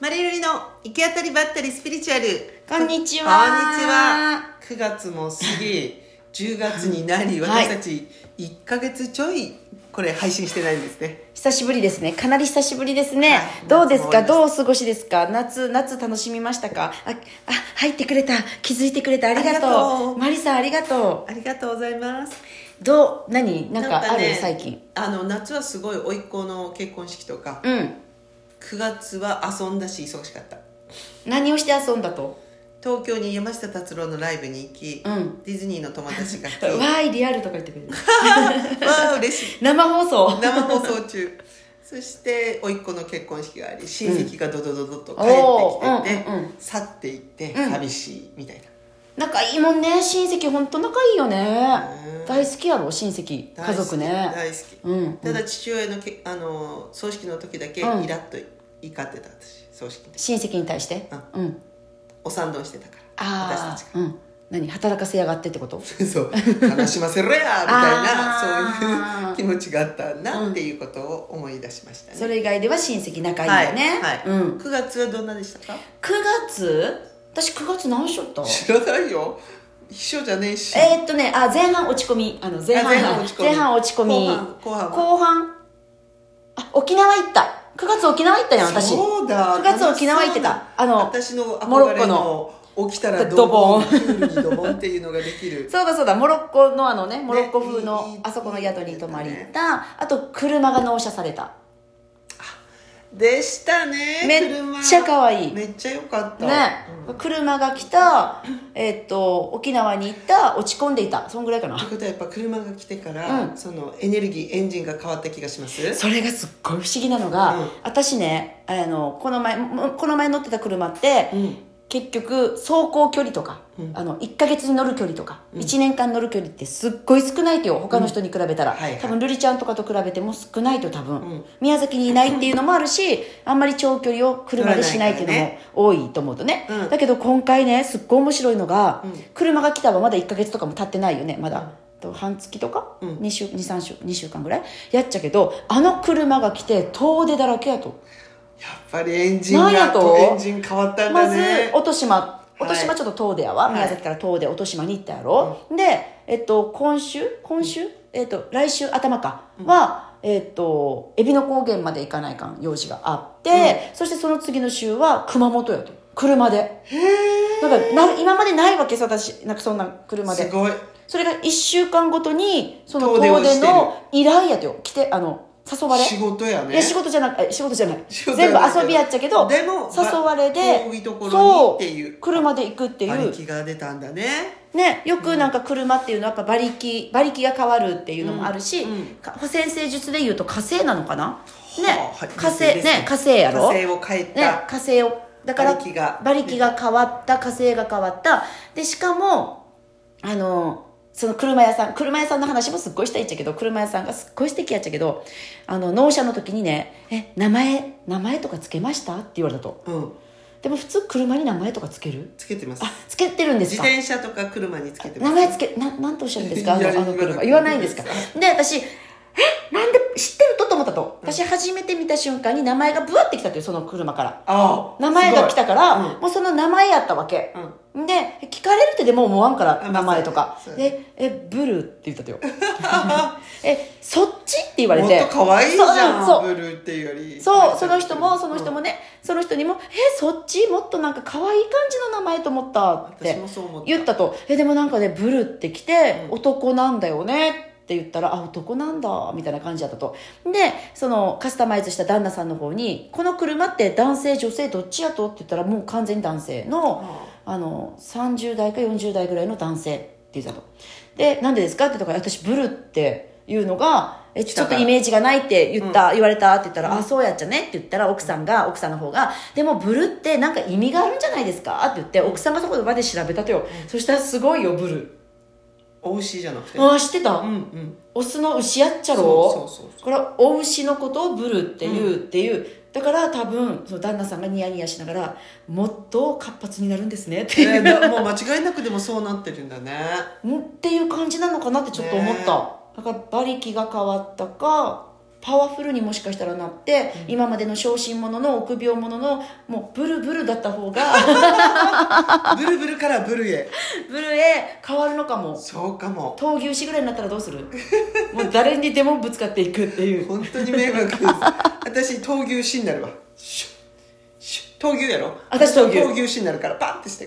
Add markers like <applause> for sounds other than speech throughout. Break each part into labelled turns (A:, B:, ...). A: マリルリの行き当たりばったりスピリチュアル
B: こん
A: こん
B: にち
A: にち
B: は。
A: は9月も過ぎ <laughs> 10月になり
B: はい
A: 私たち1か月ちょいこれ配信してないんですね
B: 久しぶりですね。かなり久しぶりですね。
A: はい
B: どうです
A: 夏
B: か
A: も終わり
B: どうお過ごしですか夏、夏楽しみましたかあ、あ、入ってくれた。気づいてくれた。あり
A: ありが
B: がとう。
A: とう
B: マリさん、ありがと
A: ありがとうございます
B: う。どう、何なんかある、
A: ね
B: 最近。
A: あの夏はすごい甥っ子の結婚式とか
B: うん。
A: 9月は遊んだし忙しかった
B: 何をして遊ん
A: <laughs>
B: だと。
A: 東京に山下達郎のライブに行き、
B: うん
A: ディズニーの友達が来て
B: <laughs> わ
A: わ
B: ーい、リアルとか言ってくれる。
A: あ嬉しい
B: 生放
A: <laughs>
B: 送。
A: 生放送中そして甥っ子の結婚式があり親戚がドドドドと帰
B: おー
A: ってきてて、
B: うんうんうん
A: 去っていって
B: うん
A: 寂しいみたい
B: 仲いいもんね。親戚、ほんと仲いいよね
A: うん。
B: 大好きやろ、親戚。
A: な、
B: 家族ね。
A: 大好き
B: うんうん
A: ただ父親のけあの葬式の時だけイ
B: う
A: ラ
B: ん
A: ッと怒ってた私葬式で
B: 親戚に対して。うん。
A: お賛同してたから
B: あ
A: 私たち
B: あ、うん。何働かせやがってってこと
A: が <laughs> そう悲しませろやみたい
B: あー
A: なそういう気持ちがあったなっていうことを思い出しましたね、
B: それ以外では親戚仲いい
A: は
B: よね、
A: はい
B: うん、9
A: 9月はどんなでしたか
B: 月私9月何しよった
A: 知らないよ秘書じゃねえし
B: えーっとねあ前半落ち込みあの前半
A: あ前半落ち込み
B: 前半落ち込み
A: 後半後半は
B: 後半あ沖縄行った9月沖縄行ったよ私
A: そうだ
B: 9月沖縄行ってたあの
A: 私の
B: モロ
A: 憧
B: ッ
A: れ
B: コ
A: の
B: の
A: 起きたらドボン
B: ド
A: クールにドボンっていうのができる
B: そうだそうだモロッコのあのねモロッコ風
A: いいいい
B: のあそこの宿に泊まり行った、あと車が納車された
A: でしたね
B: めっちゃ可愛い
A: 車めっちゃ良かった
B: ね、
A: うん
B: 車が来た、えーっと沖縄に行った落ち込んでいたそんぐらいかな
A: ってことはやっぱ車が来てから、
B: うん
A: そのエネルギーエンジンが変わった気がします
B: それがすっごい不思議なのが、
A: うん
B: 私ねあのこの前もこの前乗ってた車って、
A: うん
B: 結局走行距離とか、あの1ヶ月に乗る距離とか、1年間乗る距離ってすっごい少ないとよ他の人に比べたら、
A: うんはいはい
B: 多分瑠璃ちゃんとかと比べても少ないと多分、
A: ん
B: 宮崎にいないっていうのもあるしあんまり長距離を車でしないっていうのも多いと思うとね、
A: うん
B: だけど今回ねすっごい面白いのが、車が来たはまだ1ヶ月とかも経ってないよねまだ。と半月とか、
A: うん
B: 2週23週2週間ぐらいやっちゃけどあの車が来て遠出だらけやと
A: やっぱりエンジンが
B: なんやと
A: エンジン変わったん
B: ま
A: だ
B: ず
A: ね、
B: 音島
A: はい
B: 音島ちょっと遠出やわ、
A: はい
B: 宮崎から遠出音島に行ったやろ、で、えっと、今週今週、えっと、来週頭かは、えっと海老野高原まで行かないかん用事があって、そしてその次の週は熊本やと車でなんかな今までないわけさ私なんかそんな車です
A: ごい
B: それが1週間ごとにその
A: 遠出を
B: 遠
A: し
B: 出
A: てる
B: の依頼やとよ来てあの誘われ
A: 仕事やね
B: いや仕事じゃなくえ仕事じゃない
A: 仕事
B: 全
A: じゃないけど
B: 部遊びやっちゃけど
A: でも
B: 誘われで
A: 遠いところにっていう
B: そう車で行くってい
A: 馬
B: う
A: 力が出たんだね
B: ね、よくなんか車っていうのはやっぱ馬力馬力が変わるっていうのもあるし、
A: うんうん
B: か先生術でいうと火星なのかな、ね
A: はあはい
B: 火星
A: ですね
B: ね火星やろ
A: 火星を変えた、
B: ね、火星をだから
A: 馬力が
B: 馬力が変わった火星が変わったでしかもあのその車屋さん車屋さんの話もすっごいしたいっちゃけど車屋さんがすっごい素敵やっちゃけどあの納車の時にね「え名前名前とかつけました?」って言われたと
A: うん
B: でも普通車に名前とかつける
A: つけてます
B: あつけてるんです
A: 自
B: か
A: 転車とか車につけてま
B: 名
A: す
B: 前つけななんとおっしゃるんですかあ
A: い
B: の
A: や
B: あの
A: 言わな
B: 車
A: い
B: 言わないんですかで私えなんで知ってるとと思ったと
A: うん
B: 私初めて見た瞬間に名前がブワってきたというその車から
A: ああ
B: 名前が来たか
A: す
B: ら、
A: ごいうん
B: もうその名前やったわけ、で聞かれるってでも思わんから
A: あ
B: 名前とか
A: そうや
B: で「えブルー」って言ったとよ <laughs> 「えそっち?」って言われ
A: も
B: て
A: っと可愛いじゃん
B: そうそう
A: ブルーっていうより
B: そうその人もその人
A: も、
B: もね、その人にも「えそっちもっとなんか可愛い感じの名前と思った」っ
A: 私
B: て
A: もそう思った
B: 言ったと「えでもなんかねブルって来て、
A: うん
B: 男なんだよね」って言ったら「あ男なんだ」みたいな感じだったとでそのカスタマイズした旦那さんの方に「この車って男性女性どっちやと?」って言ったらもう完全に男性のあの30代か40代ぐらいの男性って言ったとで「なんでですか?」って言ったから「私ブルっていうのがえちょっとイメージがないって言った、言われたって言ったら、あそうやっちゃねって言ったら奥さんが奥さんの方がでもブルってなんか意味があるんじゃないですかって言って奥さんがそこまで調べたとよ、そしたらすごいよブル
A: お牛じゃなくて
B: ああ知ってた、
A: うんうん
B: オスの牛やっちゃろ
A: そうそうそうそう
B: これはお牛のことをブルって言うっていう、だから多分その旦那さんがニヤニヤしながらもっと活発になるんですねっていう、
A: えーなもう間違いなくでもそうなってるんだね
B: んっていう感じなのかなってちょっと思った、
A: ね
B: だから馬力が変わったかパワフルにもしかしたらなって、今までの小心者の臆病者のもうブルブルだった方が <laughs>
A: ブルブルからブルへ
B: ブルへ変わるのかも
A: そうかも
B: 闘牛士ぐらいになったらどうするもう誰にでもぶつかっていくっていう
A: 本当に迷惑です私闘牛士になるわシュッシュッ闘牛やろ
B: 私闘牛
A: 闘牛士になるからパンってして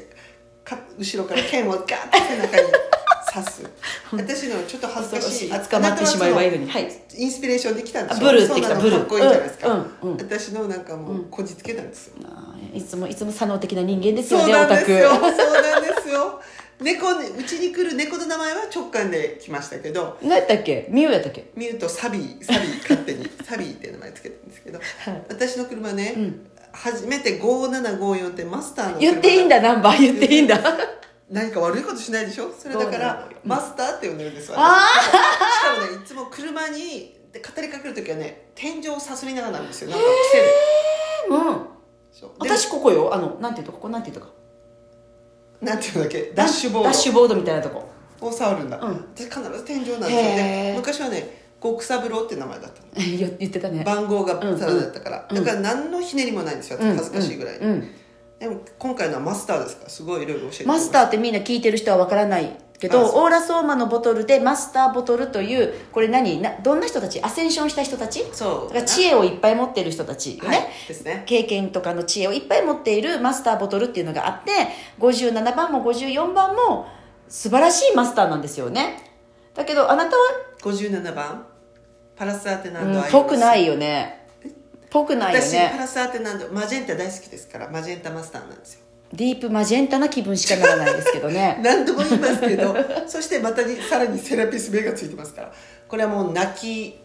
A: か後ろから剣をガーッて背中に刺
B: <laughs>
A: す私のちょっと恥ずかしい
B: 捕まってしまえばいいのに
A: あなたは
B: はい
A: そのインスピレーションできたんでしょ
B: あブルーってきた
A: そんなの
B: ブルー
A: かっこいいじゃないですか、
B: うんうん
A: 私のなんかもうこじつけたんですよ、
B: あーいつもいつも作能的な人間です
A: そ
B: よ
A: う
B: ね
A: な
B: オ
A: んで
B: タ
A: す
B: ク
A: よそうなんですよ猫にうちに来る猫の名前は直感で来ましたけど
B: 何やったっけミュウやったっけ
A: 見るとサビーサビー勝手
B: <laughs>
A: にサビーって名前つけたんですけど、私の車ね、初めて5754ってマスターの車
B: 言っていいんだナンバー言っていいんだ
A: 何か悪いことしないでしょそれだからマスターって呼んでるんですわ、しかもねいつも車にで語りかける時はね天井をさすりながらなんですよなんか癖で
B: うん
A: そうで
B: 私ここよあのなんていうとここなんていうとこ
A: なんていうんだっけダッシュボード
B: ダッシュボードみたいなとこ
A: を触るんだ、
B: うん
A: 私必ず天井なんですよ
B: へー
A: ね昔はね極三郎って名前だったの
B: <laughs> 言言ってたね
A: 番号が
B: うん
A: サラだったから、
B: うん
A: だから何のひねりもないんですよ
B: うん
A: 恥ずかしいぐらい、
B: うんうん
A: でも今回のはマスターですからすごいいろいろ教えて
B: マスターってみんな聞いてる人はわからないけど
A: あそう
B: オーラソーマのボトルでマスターボトルというこれ何などんな人たちアセンションした人たち
A: そう
B: だから知恵をいっぱい持ってる人たちよね、
A: はいですね
B: 経験とかの知恵をいっぱい持っているマスターボトルっていうのがあって57番も54番も素晴らしいマスターなんですよねだけどあなたは
A: 57番パラスアテナンド
B: うん
A: アイ
B: ぽくないいよねぽくないよ
A: 私パ
B: ね
A: ラスアテナンドマジェンタ大好きですからマジェンタマスターなんですよ
B: ディープマジェンタな気分しかならないですけどね
A: 何度も言いますけ
B: <laughs>
A: どそしてまたにさらにセラピス名がついてますからこれはもう泣き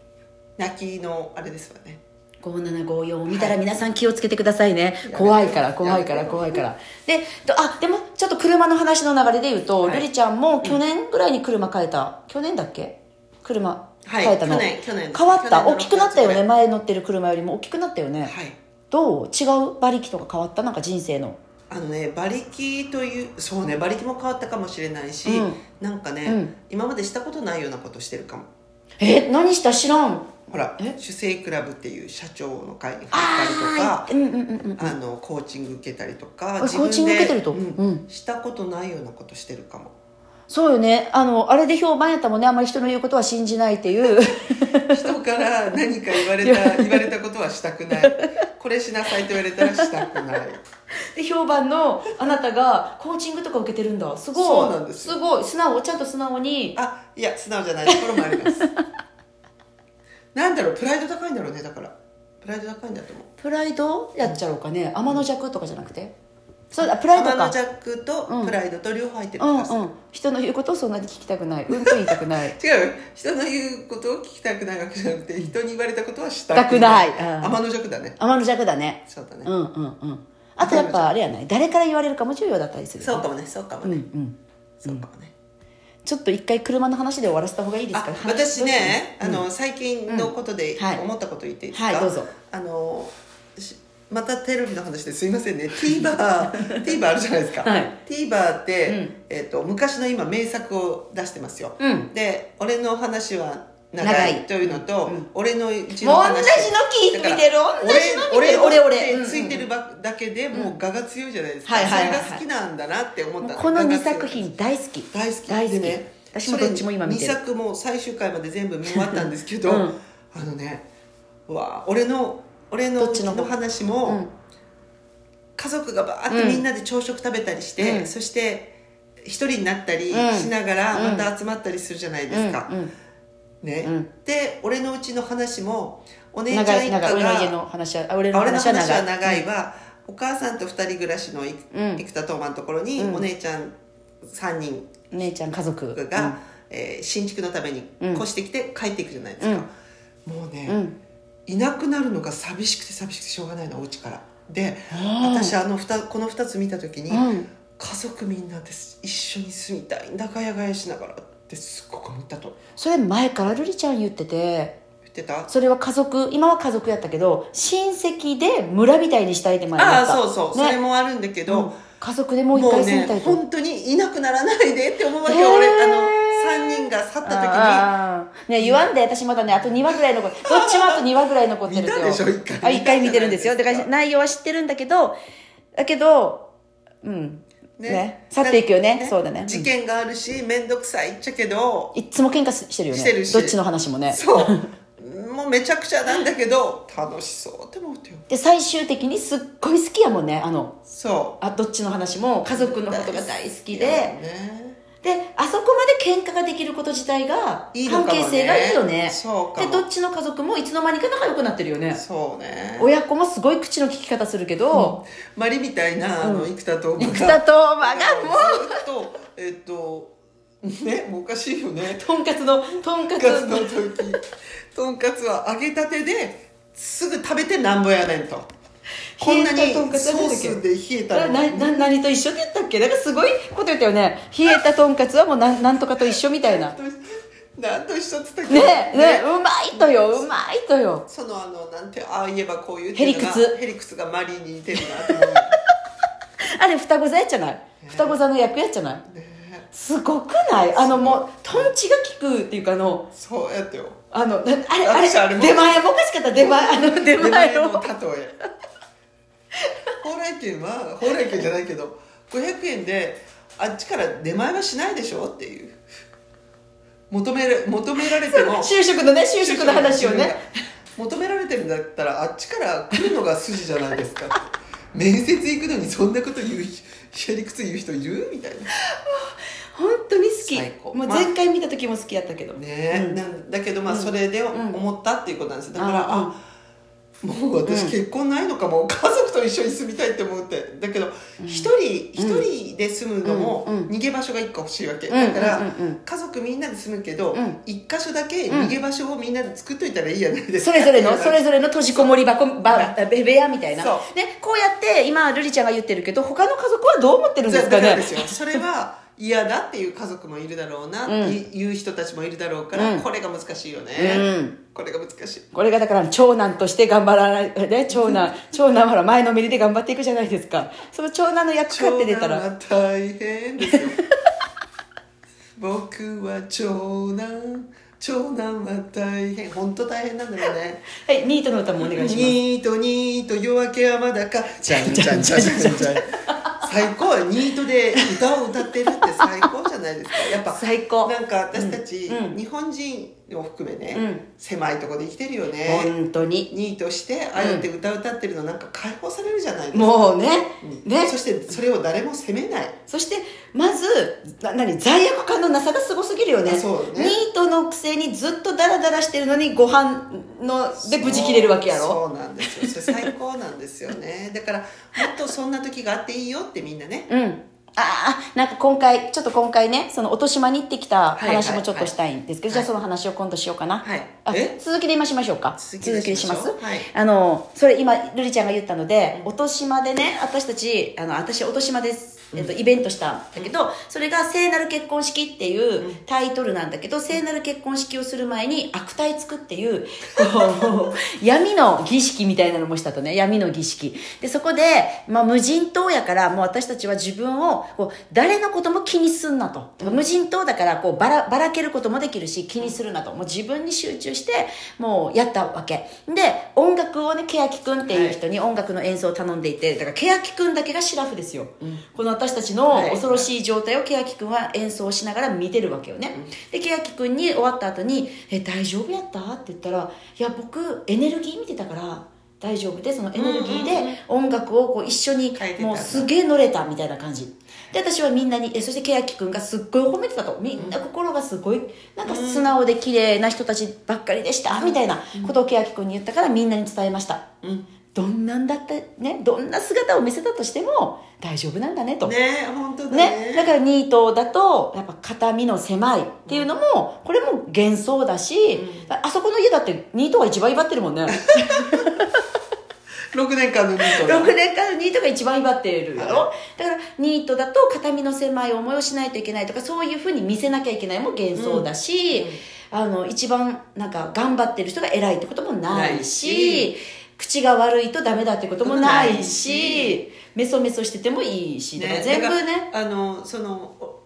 A: 泣きのあれですわね
B: 5754を見たら皆さん気をつけてくださいね、
A: めて
B: 怖いから怖い
A: やめて
B: から怖いからでとあでもちょっと車の話の流れで言うと、
A: はい
B: 瑠璃ちゃんも去年ぐらいに車変えた、去年だっけ車
A: はい
B: 変えたの、
A: 去年去年です
B: 変わっ
A: 去年
B: た
A: の
B: 大きくなったよ
A: 六
B: ね
A: 月
B: 前乗ってる車よりも大きくなったよね、
A: はい
B: どう違う馬力とか変わったなんか人生の
A: あのね馬力というそうね馬力も変わったかもしれないし、
B: うん
A: なんかね、
B: うん
A: 今までしたことないようなことしてるかも
B: え何した知らん
A: ほら
B: え
A: 主成クラブっていう社長の会に入った
B: ああ
A: り
B: うんうんうんうん
A: とかあのコーチング受けたりとか
B: あコーチング受けてると
A: うん
B: うん
A: したことないようなことしてるか
B: <laughs>
A: も
B: そうよねあのあれで評判やったもんねあんまり人の言うことは信じないっていう
A: 人から何か言われた言われたことはしたくないこれしなさいと言われたらしたく
B: <laughs>
A: ない
B: で評判のあなたがコーチングとか受けてるんだすごい
A: そうなんですよ
B: すごい素直ちゃんと素直に
A: あいや素直じゃないところもありますなんだろうプライド高いんだろうねだからプライド高いんだと思う
B: プライドやっちゃろうかね天の弱とかじゃなくてそうだプライド
A: 天の
B: か
A: ジャックとプライドと両方入ってる
B: うん
A: からさ
B: うん人の言うことをそんなに聞きたくないうんと言いたくない
A: 違う人の言うことを聞きたくないわけじゃなくて人に言われたことはした
B: したくないうん
A: 天の弱だね
B: 天の弱だね
A: そうだね、
B: うんうんうんあとやっぱあれやない誰から言われるかも重要だったりする
A: そうかもねそうかも
B: うんう
A: ね、
B: ん
A: そうかもね
B: ちょっと一回車の話で終わらせた方がいいです
A: あ
B: か
A: 私ね、あの最近のことで
B: うんはい
A: 思ったこと言っていいですか、
B: はいどうぞ
A: あのしまたテレビの話ですいませんね <laughs> TVerTVer あるじゃないですか、
B: はい
A: TVer って、
B: うん
A: えっと昔の今名作を出してますよ、
B: うん
A: で「俺の話は長
B: 長
A: い
B: い」
A: というのと「
B: うん
A: 俺のうち
B: も
A: の
B: う
A: 話」
B: 同じの聞いて見てる同じの見て
A: 俺
B: る俺
A: 俺
B: 俺
A: 俺ついてるばだけでもう我が強いじゃないですか、
B: はいはいはいはい
A: それが好きなんだなって思った
B: もうこの
A: 我が
B: 2
A: 強い
B: 作品大好き
A: 大好き
B: 大好き、
A: でね
B: 私もどっちも今見てる
A: 2作も最終回まで全部見終わったんですけど、
B: うん
A: あのねうわ俺の俺の
B: どっちの方
A: の話
B: う
A: も、
B: ん
A: 家族がバーってみんなで朝食食べたりして、
B: うん
A: そして一人になったり
B: うん
A: しながら
B: う
A: ま
B: ん
A: た集まったりするじゃないですか、
B: うんうん
A: ね、
B: うん
A: で俺のうちの話もお姉ちゃん
B: 長い
A: 一家が
B: 長い俺の家の話はあ俺の
A: 俺の
B: 話
A: 話
B: は
A: は
B: 長い
A: 長いは、お母さんと二人暮らしのい
B: うん
A: 生田斗真のところに、
B: うん
A: お姉ちゃん3人
B: 姉ちゃん家族
A: が、えー新築のために
B: うん
A: 越してきて帰っていくじゃないですか、もうね、
B: うんうん
A: いなくなるのが寂しくて寂しくてしょうがないのお家からで
B: あー
A: 私あのふたこの2つ見た時に、
B: うん
A: 家族みんなです一緒に住みたいんだガヤガヤしながらってすっごく思ったと
B: それ前から瑠璃ちゃん言ってて
A: 言ってた
B: それは家族今は家族やったけど親戚で村みたいにしたいって前に
A: あ
B: 言
A: あ
B: った
A: そうそう、
B: ね
A: それもあるんだけど、
B: うん家族でもう一
A: も
B: 回
A: う
B: 住み
A: ね
B: たいと
A: 本当にいなくならないでって思うわけ
B: へー
A: よ俺あの3人が去った時に
B: あーね言わんで私まだねあと2話ぐらい残ってどっちもあと2話ぐらい残ってるんですよ
A: 見たでしょ一回
B: あ一回見てるんですよ
A: 見た
B: だ
A: じ
B: か
A: ゃないですから
B: 内容は知ってるんだけどだけどうんね去っていくよねそうだね
A: 事件があるし面倒くさいっちゃけど、
B: いっつも喧嘩ししてるよね
A: してるし
B: どっちの話もね
A: そう <laughs> もうめちゃくちゃなんだけど楽しそうって思ってよ
B: で最終的にすっごい好きやもんねあの
A: そ
B: あどっちの話も家族のことが大好
A: う
B: き
A: いや
B: で
A: ね
B: であそこまで喧嘩ができること自体が
A: いいのか
B: 関
A: もね
B: 係性がいいよね
A: そうか
B: で
A: も
B: どっちの家族もいつの間にか仲良くなってるよね
A: そうね
B: 親子もすごい口の利き方するけど、
A: マリみたいなあの生田斗真が
B: 生田斗真が
A: <laughs>
B: も
A: もうずっとえっとねもうおかしいよね
B: うとんかつのとん
A: とん
B: かつ
A: かつの
B: <laughs>
A: 時とんかつは揚げたてですぐ食べてなんぼやねんとこんな
B: 冷え
A: に
B: たとんかつ
A: ソ
B: は
A: ー
B: 何だっけ
A: スで冷えた
B: な
A: の
B: なな何と一緒って言ったっけなんかすごいこと言ったよね冷えたとんかつはもうなんなんとかと一緒みたいなね
A: なんと一緒っつったっけ
B: えねえうまいとようまいとよ
A: そのあのなんてああ言えばこういう
B: ヘリクツ
A: ヘリクツがマリーに似てるなと思う
B: <laughs> あれ双子座やっちゃない双子座の役やっちゃない
A: ね
B: すごくないあのもうとんちが効くっていうかあの
A: そうやってよ
B: あのなあれあれ
A: 私あれも
B: 出前もおかしかった出前あの
A: 出
B: 出
A: 前
B: 前
A: の
B: を
A: 例え蓬莱券は蓬莱券じゃないけど500円であっちから出前はしないでしょっていう求める求められても
B: <laughs> 就職のね就職の話をね
A: 求められてるんだったらあっちから来るのが筋じゃないですかって面接行くのにそんなこと言うやり靴言う人いるみたいな
B: 本当に好
A: 最高
B: きもう前回見た時も好きやったけど、
A: ね、
B: うん
A: なんだけどまあ
B: うん
A: それで
B: ん
A: 思ったっていうことなんですよだから、
B: あうん
A: あもう私
B: うん
A: 結婚ないのかも、家族と一緒に住みたいって思うってだけど一、人一人で住むのも
B: うんうん
A: 逃げ場所が一個欲しいわけ、
B: うん
A: だから、
B: うんうんうん
A: 家族みんなで住むけど
B: うん
A: 一、箇所だけ逃げ場所をみんなで作っといたらいいじゃないです
B: そ
A: か、
B: れぞれのそれぞれの閉じこもり箱ばべ部屋みたいな
A: そ
B: ねこうやって今瑠璃ちゃんが言ってるけど他の家族はどう思ってるんですか
A: だからで
B: ね
A: すよそれは嫌だっていう家族もいるだろうな、
B: うん
A: いいう人たちもいるだろうから、
B: うん
A: これが難しいよね、
B: うん
A: これが難しい
B: これがだから長男として頑張らない、ね、長男長男はほら前のめりで頑張っていくじゃないですかその長男の役買って出たら
A: 長男は大変ですよ僕は長男長男は大変本当大変なんだよね
B: はいニートの歌もお願いします
A: ニートニート夜明けはまだかじゃんじゃんじゃんじゃんじゃん最高ニートで歌を歌ってるって最高じゃないですかやっぱ
B: 最高
A: なんか私たち、
B: うんうん
A: 日本人を含めね、
B: うん
A: 狭いとこで生きてるよね、
B: 本当に
A: ニートしてああやって歌歌ってるのなんか解放されるじゃないですか、
B: もうね
A: うん
B: ね
A: そしてそれを誰も責めない
B: そしてまずな何罪悪感のなさがすごすぎるよね
A: あそうね
B: ニートのくせにずっとダラダラしてるのにご飯のでブチ切れるわけやろ
A: そうそうなんですよそれ最高なんですよね <laughs> だからもっとそんな時があっていいよってみんなね
B: うんああなんか今回ちょっと今回ねその落とし間に行ってきた
A: はいはい
B: 話もちょっとしたいんですけど、
A: はい
B: じゃあその話を今度しようかな、
A: はい
B: あ
A: え
B: 続きで今しましょうか
A: 続きでしましょう
B: 続きで
A: はい
B: あのそれ今瑠璃ちゃんが言ったので、落とし間でね私たちあの私落とし間です、えっと、イベントしたんだけど、それが「聖なる結婚式」っていうタイトルなんだけど、聖なる結婚式をする前に悪態つくっていうこう <laughs> 闇の儀式みたいなのもしたとね闇の儀式でそこで、まあ、無人島やからもう私たちは自分をこう誰のことも気にすんなと、無人島だからこうばらばらけることもできるし気にするなともう自分に集中してもうやったわけで音楽をねケヤキくんっていう人に音楽の演奏を頼んでいてだからケヤキくんだけがシラフですよ、この私たちの
A: はい
B: 恐ろしい状態をケヤキくんは演奏しながら見てるわけよね、でケヤキくんに終わった後に「え大丈夫やった?」って言ったら「いや僕エネルギー見てたから大丈夫でそのエネルギーで音楽をこう一緒に
A: 変えてたんだ
B: もうすげえ乗れたみたいな感じで私はみんなにえそしてケヤキくんがすっごい褒めてたとみんな心がすごいなんか素直で綺麗な人たちばっかりでしたみたいなことをケヤキくんに言ったからみんなに伝えました、
A: うん
B: どんなんだってねどんな姿を見せたとしても大丈夫なんだねと
A: ね本当だね
B: ね、だからニートだとやっぱ肩身の狭いっていうのも、これも幻想だし、あそこの家だってニートが一番威張ってるも <laughs> んね
A: 6年間のニート
B: 6年 <laughs> 間ニートが一番威張ってるやろだからニートだと肩身の狭い思いをしないといけないとかそういうふうに見せなきゃいけないも幻想だし、あの一番なんか頑張ってる人が偉いってこともないし
A: ない
B: 口が悪いとダメだってこともないし
A: ない
B: メソメソしててもいいし、だから全部ね
A: だからあのそのお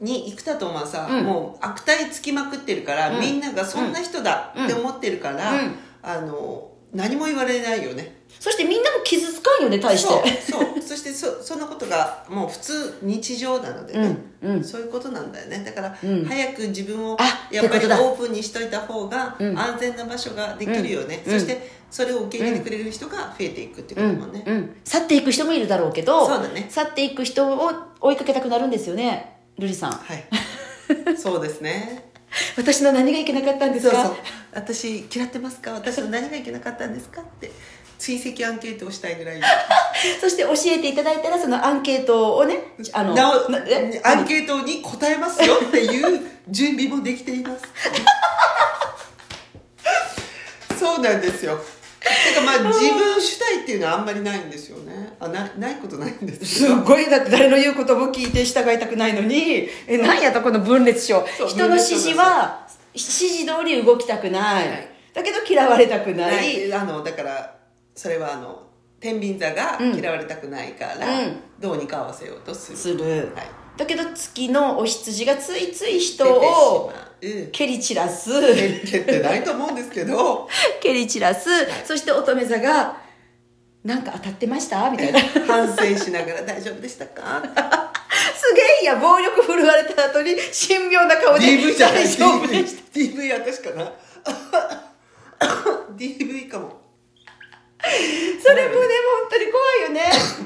A: に生田斗真さ、
B: うん
A: もう悪態つきまくってるから、
B: うん
A: みんながそんな人だって思ってるから、
B: うん
A: あの何も言われないよね
B: そしてみんなも傷つかんよね対して
A: そうそう <laughs> そしてそそのことがもう普通日常なので
B: う
A: ね、
B: んうん
A: そういうことなんだよねだから、
B: うん
A: 早く自分を
B: あ
A: やっぱ
B: って
A: り
B: こ
A: オ
B: とだ
A: ープンにしといた方が
B: うん
A: 安全な場所ができるよね、
B: うん
A: そしてそれを受け入れてくれる人が増えていくってこ
B: う
A: と
B: ん
A: もね、
B: うん去っていく人もいるだろうけど
A: そうだね
B: 去っていく人を追いかけたくなるんですよね瑠璃さん
A: はい <laughs> そうですね
B: <laughs> 私の何がいけなかったんです
A: そう
B: か
A: そう私嫌ってますか私の何がいけなかったんですかって追跡アンケートをしたいぐらい
B: そして教えていただいたらそのアンケートをねあの
A: なお
B: なえ
A: アンケートに答えますよっていう準備もできています
B: <laughs>
A: そうなんですよてかまあ自分主体っていうのはあんまりないんですよねあなないことないんですけ
B: す
A: ど
B: っごいだって誰の言うことも聞いて従いたくないのにえなんやとこの分裂症
A: そう
B: 人の指示は指示通り動きたくない、
A: はい
B: だけど嫌われたくな
A: な
B: い、
A: いあのだからそれはあの天秤座が嫌われたくないから、
B: うん
A: どうにか合わせようとする
B: する、
A: はい
B: だけど月のお羊がついつい人を
A: 出てしまううん
B: 蹴り散らす
A: 蹴蹴ってないと思うんですけど
B: <laughs> 蹴り散らすそして乙女座が「なんか当たってました?」みた
A: <laughs>
B: いなす
A: 反省しながら大丈夫でしたか
B: げえいや暴力振るわれた後に神妙な顔で
A: DV じゃない
B: 大丈夫でし
A: DV, DV 私かな <coughs> DV かも
B: たそれもね本当に怖いよね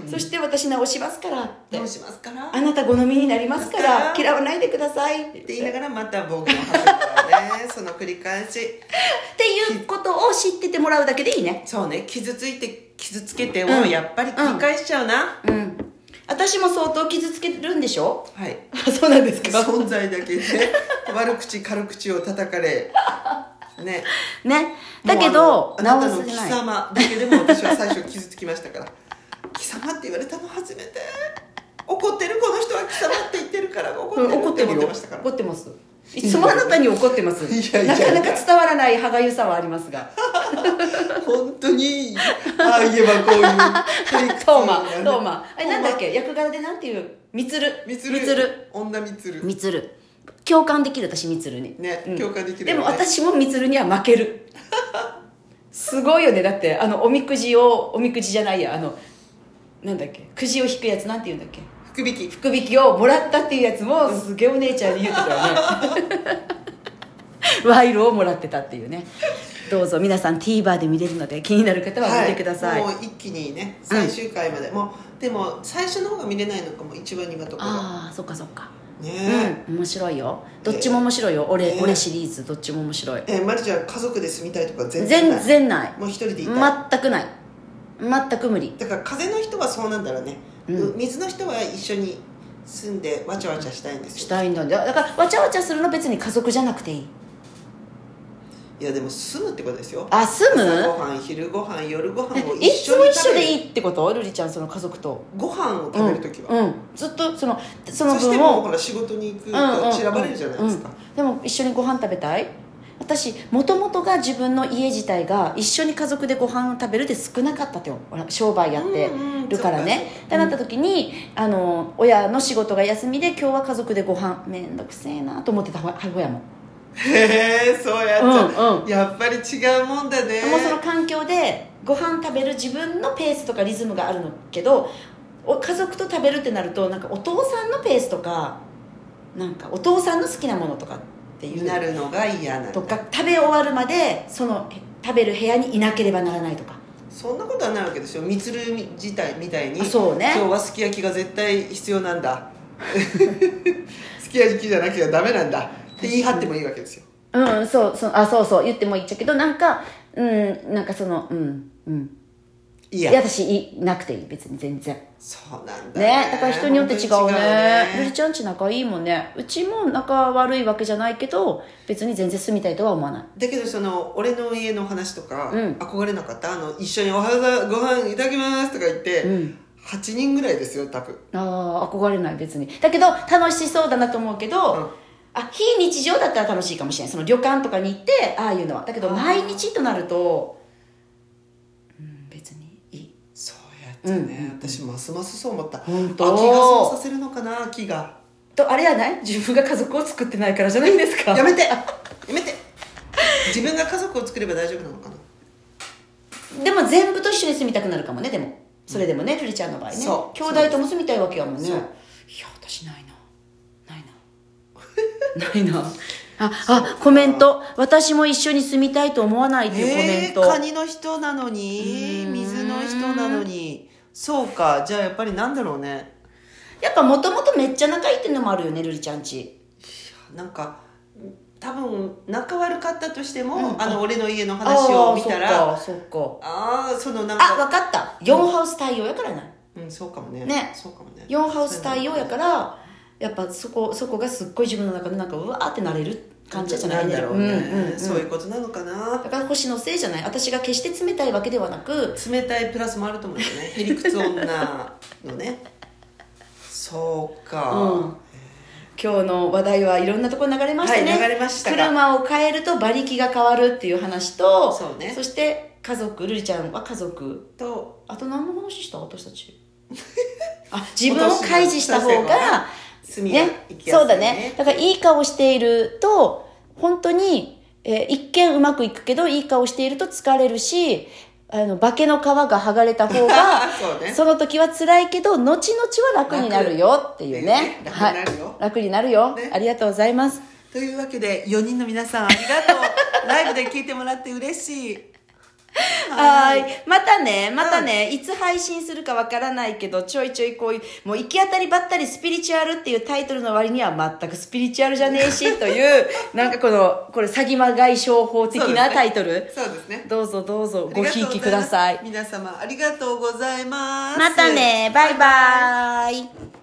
B: そして私直しますからって
A: どうしますからっ
B: あなた好みになりますか
A: だからら
B: 嫌わないでくださいって
A: て言いながらまた僕の発言から
B: <laughs>
A: ねその繰り返し
B: いうことを知っててもらうだけでいいね
A: そうね傷ついて傷つけてを
B: うん
A: やっぱり繰り返しちゃうな、
B: うん私も相当傷つけるんでしょ
A: はい
B: そうなんですか
A: 存在だけで悪口軽口を叩かれね
B: ねだけ
A: も
B: ど
A: うあのあなた
B: 直
A: の
B: せ
A: 貴
B: ない
A: 様だけでも私は最初傷つきましたから貴様って言われたの初めて怒ってるこの人は貴様って言ってるから怒ってる
B: 怒
A: っ
B: ってて
A: 思
B: る
A: って
B: よ
A: ましたから
B: 怒ってますいつもあなたに怒ってます
A: いやいやいや
B: なかなか伝わらない歯がゆさはありま
A: <laughs>
B: すが
A: 本当にああ言えばこういうトリック
B: トーマトーマあれなんだっ
A: け
B: け役柄でなんていうみつる
A: みつる
B: みつる
A: 女みつる
B: みつる共感できる私みつるに
A: ね
B: うん
A: 共感できるよね
B: でも私もみつるには負
A: <laughs>
B: けるすごいよねだってあのおみくじをおみくじじゃないやあのなんだっけくじを引くやつなんて言うんだっけ
A: 福引き
B: 福引きをもらったっていうやつもすげえお姉ちゃんに言ってたよね <laughs> 賄賂をもらってたっていうねどうぞ皆さん TVer で見れるので気になる方は見てください、
A: はもう一気にね最終回まで、もうでも最初の方が見れないのかも一話二話とかが
B: ああそっかそっか
A: ね
B: うん面白いよどっちも面白いよ、俺
A: ね
B: 俺シリーズどっちも面白い
A: ええまるちゃん家族で住みたいとか全然な
B: 全
A: い
B: 然ない
A: もう一人でいたい、
B: 全くない全く無理
A: だから風の人はそうなんだろうね、
B: うん
A: う水の人は一緒に住んでわちゃわちゃしたいんです
B: し
A: よ
B: たいんだだからわちゃわちゃするの別に家族じゃなくていい
A: いやでも住むってことですよ
B: あ住
A: 朝ご
B: む
A: はん昼ごはん夜ごはん
B: え
A: を一
B: いつ
A: 緒
B: も
A: に
B: 一緒
A: 食べる
B: でいいってことルリちゃんその家族と
A: ご飯を食べる時は、
B: うんうん、ずっとそのその
A: そして
B: 分
A: もう
B: を
A: ほら仕事に行く
B: うんうん
A: と散らばれるじゃないですか、
B: うんでも一緒にご飯食べたい私もともとが自分の家自体が一緒に家族でご飯食べるって少なかったってよほら商売やってるからね
A: うんうん
B: ってなった時にあの親の仕事が休みで今日は家族でご飯めんどくせえなと思ってた母親も
A: へえそうやっちゃう、
B: うんう
A: やっぱり違うもんだね
B: もうその環境でご飯食べる自分のペースとかリズムがあるのけどお家族と食べるってなるとなんかお父さんのペースとかなんかお父さんの好きなものとかっていう
A: になるのが嫌なんだ
B: とか食べ終わるまでそのえ食べる部屋にいなければならないとか
A: そんなことはないわけですよみつる自体みたいに
B: あそうね
A: 今日はすき焼きが絶対必要なんだ <laughs> すき焼きじゃなきゃダメなんだって言い張ってもいいわけですよ
B: うんそうそうあそうそう言ってもいいっちゃけどなんかうんなんかそのうんうん
A: い
B: い
A: や
B: や私いなくていい別に全然
A: そうなんだ
B: ねだから人によって違う
A: 本当に
B: ねルリ
A: ね
B: ちゃんち仲いいもんねうちも仲悪いわけじゃないけど別に全然住みたいとは思わない
A: だけどその俺の家の話とか、
B: うん
A: 憧れなかったあの一緒におはようございご飯いただきますとか言って、
B: うん
A: 8人ぐらいですよ多分
B: ああ憧れない別にだけど楽しそうだなと思うけど、
A: うん
B: あ非日常だったら楽しいかもしれないその旅館とかに行ってああいうのはだけど
A: あー
B: 毎日となるとうん別にいい
A: そうやっちゃね、私ますますそう思った
B: 本当
A: 秋がそうさせるのかな秋が
B: とあれやない自分が家族を作ってないからじゃないですか
A: やめてやめて自分が家族を作れば大丈夫なのかな、
B: でも全部と一緒に住みたくなるかもねでもそれでもね瑠璃ちゃんの場合ね兄
A: そう
B: 弟とも住みたいわけやもんねい
A: そう
B: や私ないなないな <laughs> ないなああコメント私も一緒に住みたいと思わないというコメ
A: え
B: ン
A: ー、
B: ト、
A: カニの人なのに水の人なのにそうかじゃあやっぱりなんだろうね
B: やっぱもともとめっちゃ仲いいっていうのもあるよね瑠璃ちゃんち
A: なんか多分仲悪かったとしても、
B: うん
A: あの俺の家の話を見たらあ
B: あーそっかそっか
A: あーそのなん
B: あ
A: か
B: 分かった4ハウス対応やからな
A: うんそうかもね
B: ね
A: そうかもね
B: 4ハウス対応や
A: ら
B: からやっぱそこそこがすっごい自分の中でなんかうわーってなれる感じじゃない
A: んだろうね、
B: んうん
A: そういうことなのかな
B: だから星のせいじゃない私が決して冷たいわけではなく
A: 冷たいプラスもあると思うんだよ
B: <laughs>
A: ねへりくつ女のねそうか、
B: うん今日の話題はいろんなところ流れましたね、
A: はい流れましたが
B: 車を変えると馬力が変わるっていう話と
A: そうね
B: して家族ルリちゃんは家族
A: と
B: あと何の話した私た
A: <laughs>
B: ちあ自分を開示した方が
A: 住みや
B: ね
A: 行きやすい、ね、
B: そうだねだからいい顔していると本当に、えー一見うまくいくけどいい顔していると疲れるしあの化けの皮が剥がれた方が
A: <laughs> そうね
B: その時は辛いけど後々は楽になるよっていうね
A: 楽楽になるよ
B: はい、楽になるよ、
A: ね
B: ありがとうございます
A: というわけで4人の皆さんありがとうライブで聞いてもらって嬉し
B: <laughs>
A: い
B: はいまたねまたね、いつ配信するかわからないけどちょいちょいこういうもう行き当たりばったりスピリチュアルっていうタイトルの割には全くスピリチュアルじゃねえし
A: <laughs>
B: というなんかこのこれ詐欺まがい商法的なタイトル、
A: そうですね
B: どうぞどうぞ
A: あり
B: ご
A: がとう
B: ひい
A: ざ
B: き
A: ます
B: ください
A: 皆様ありがとうございます
B: またねバイバイ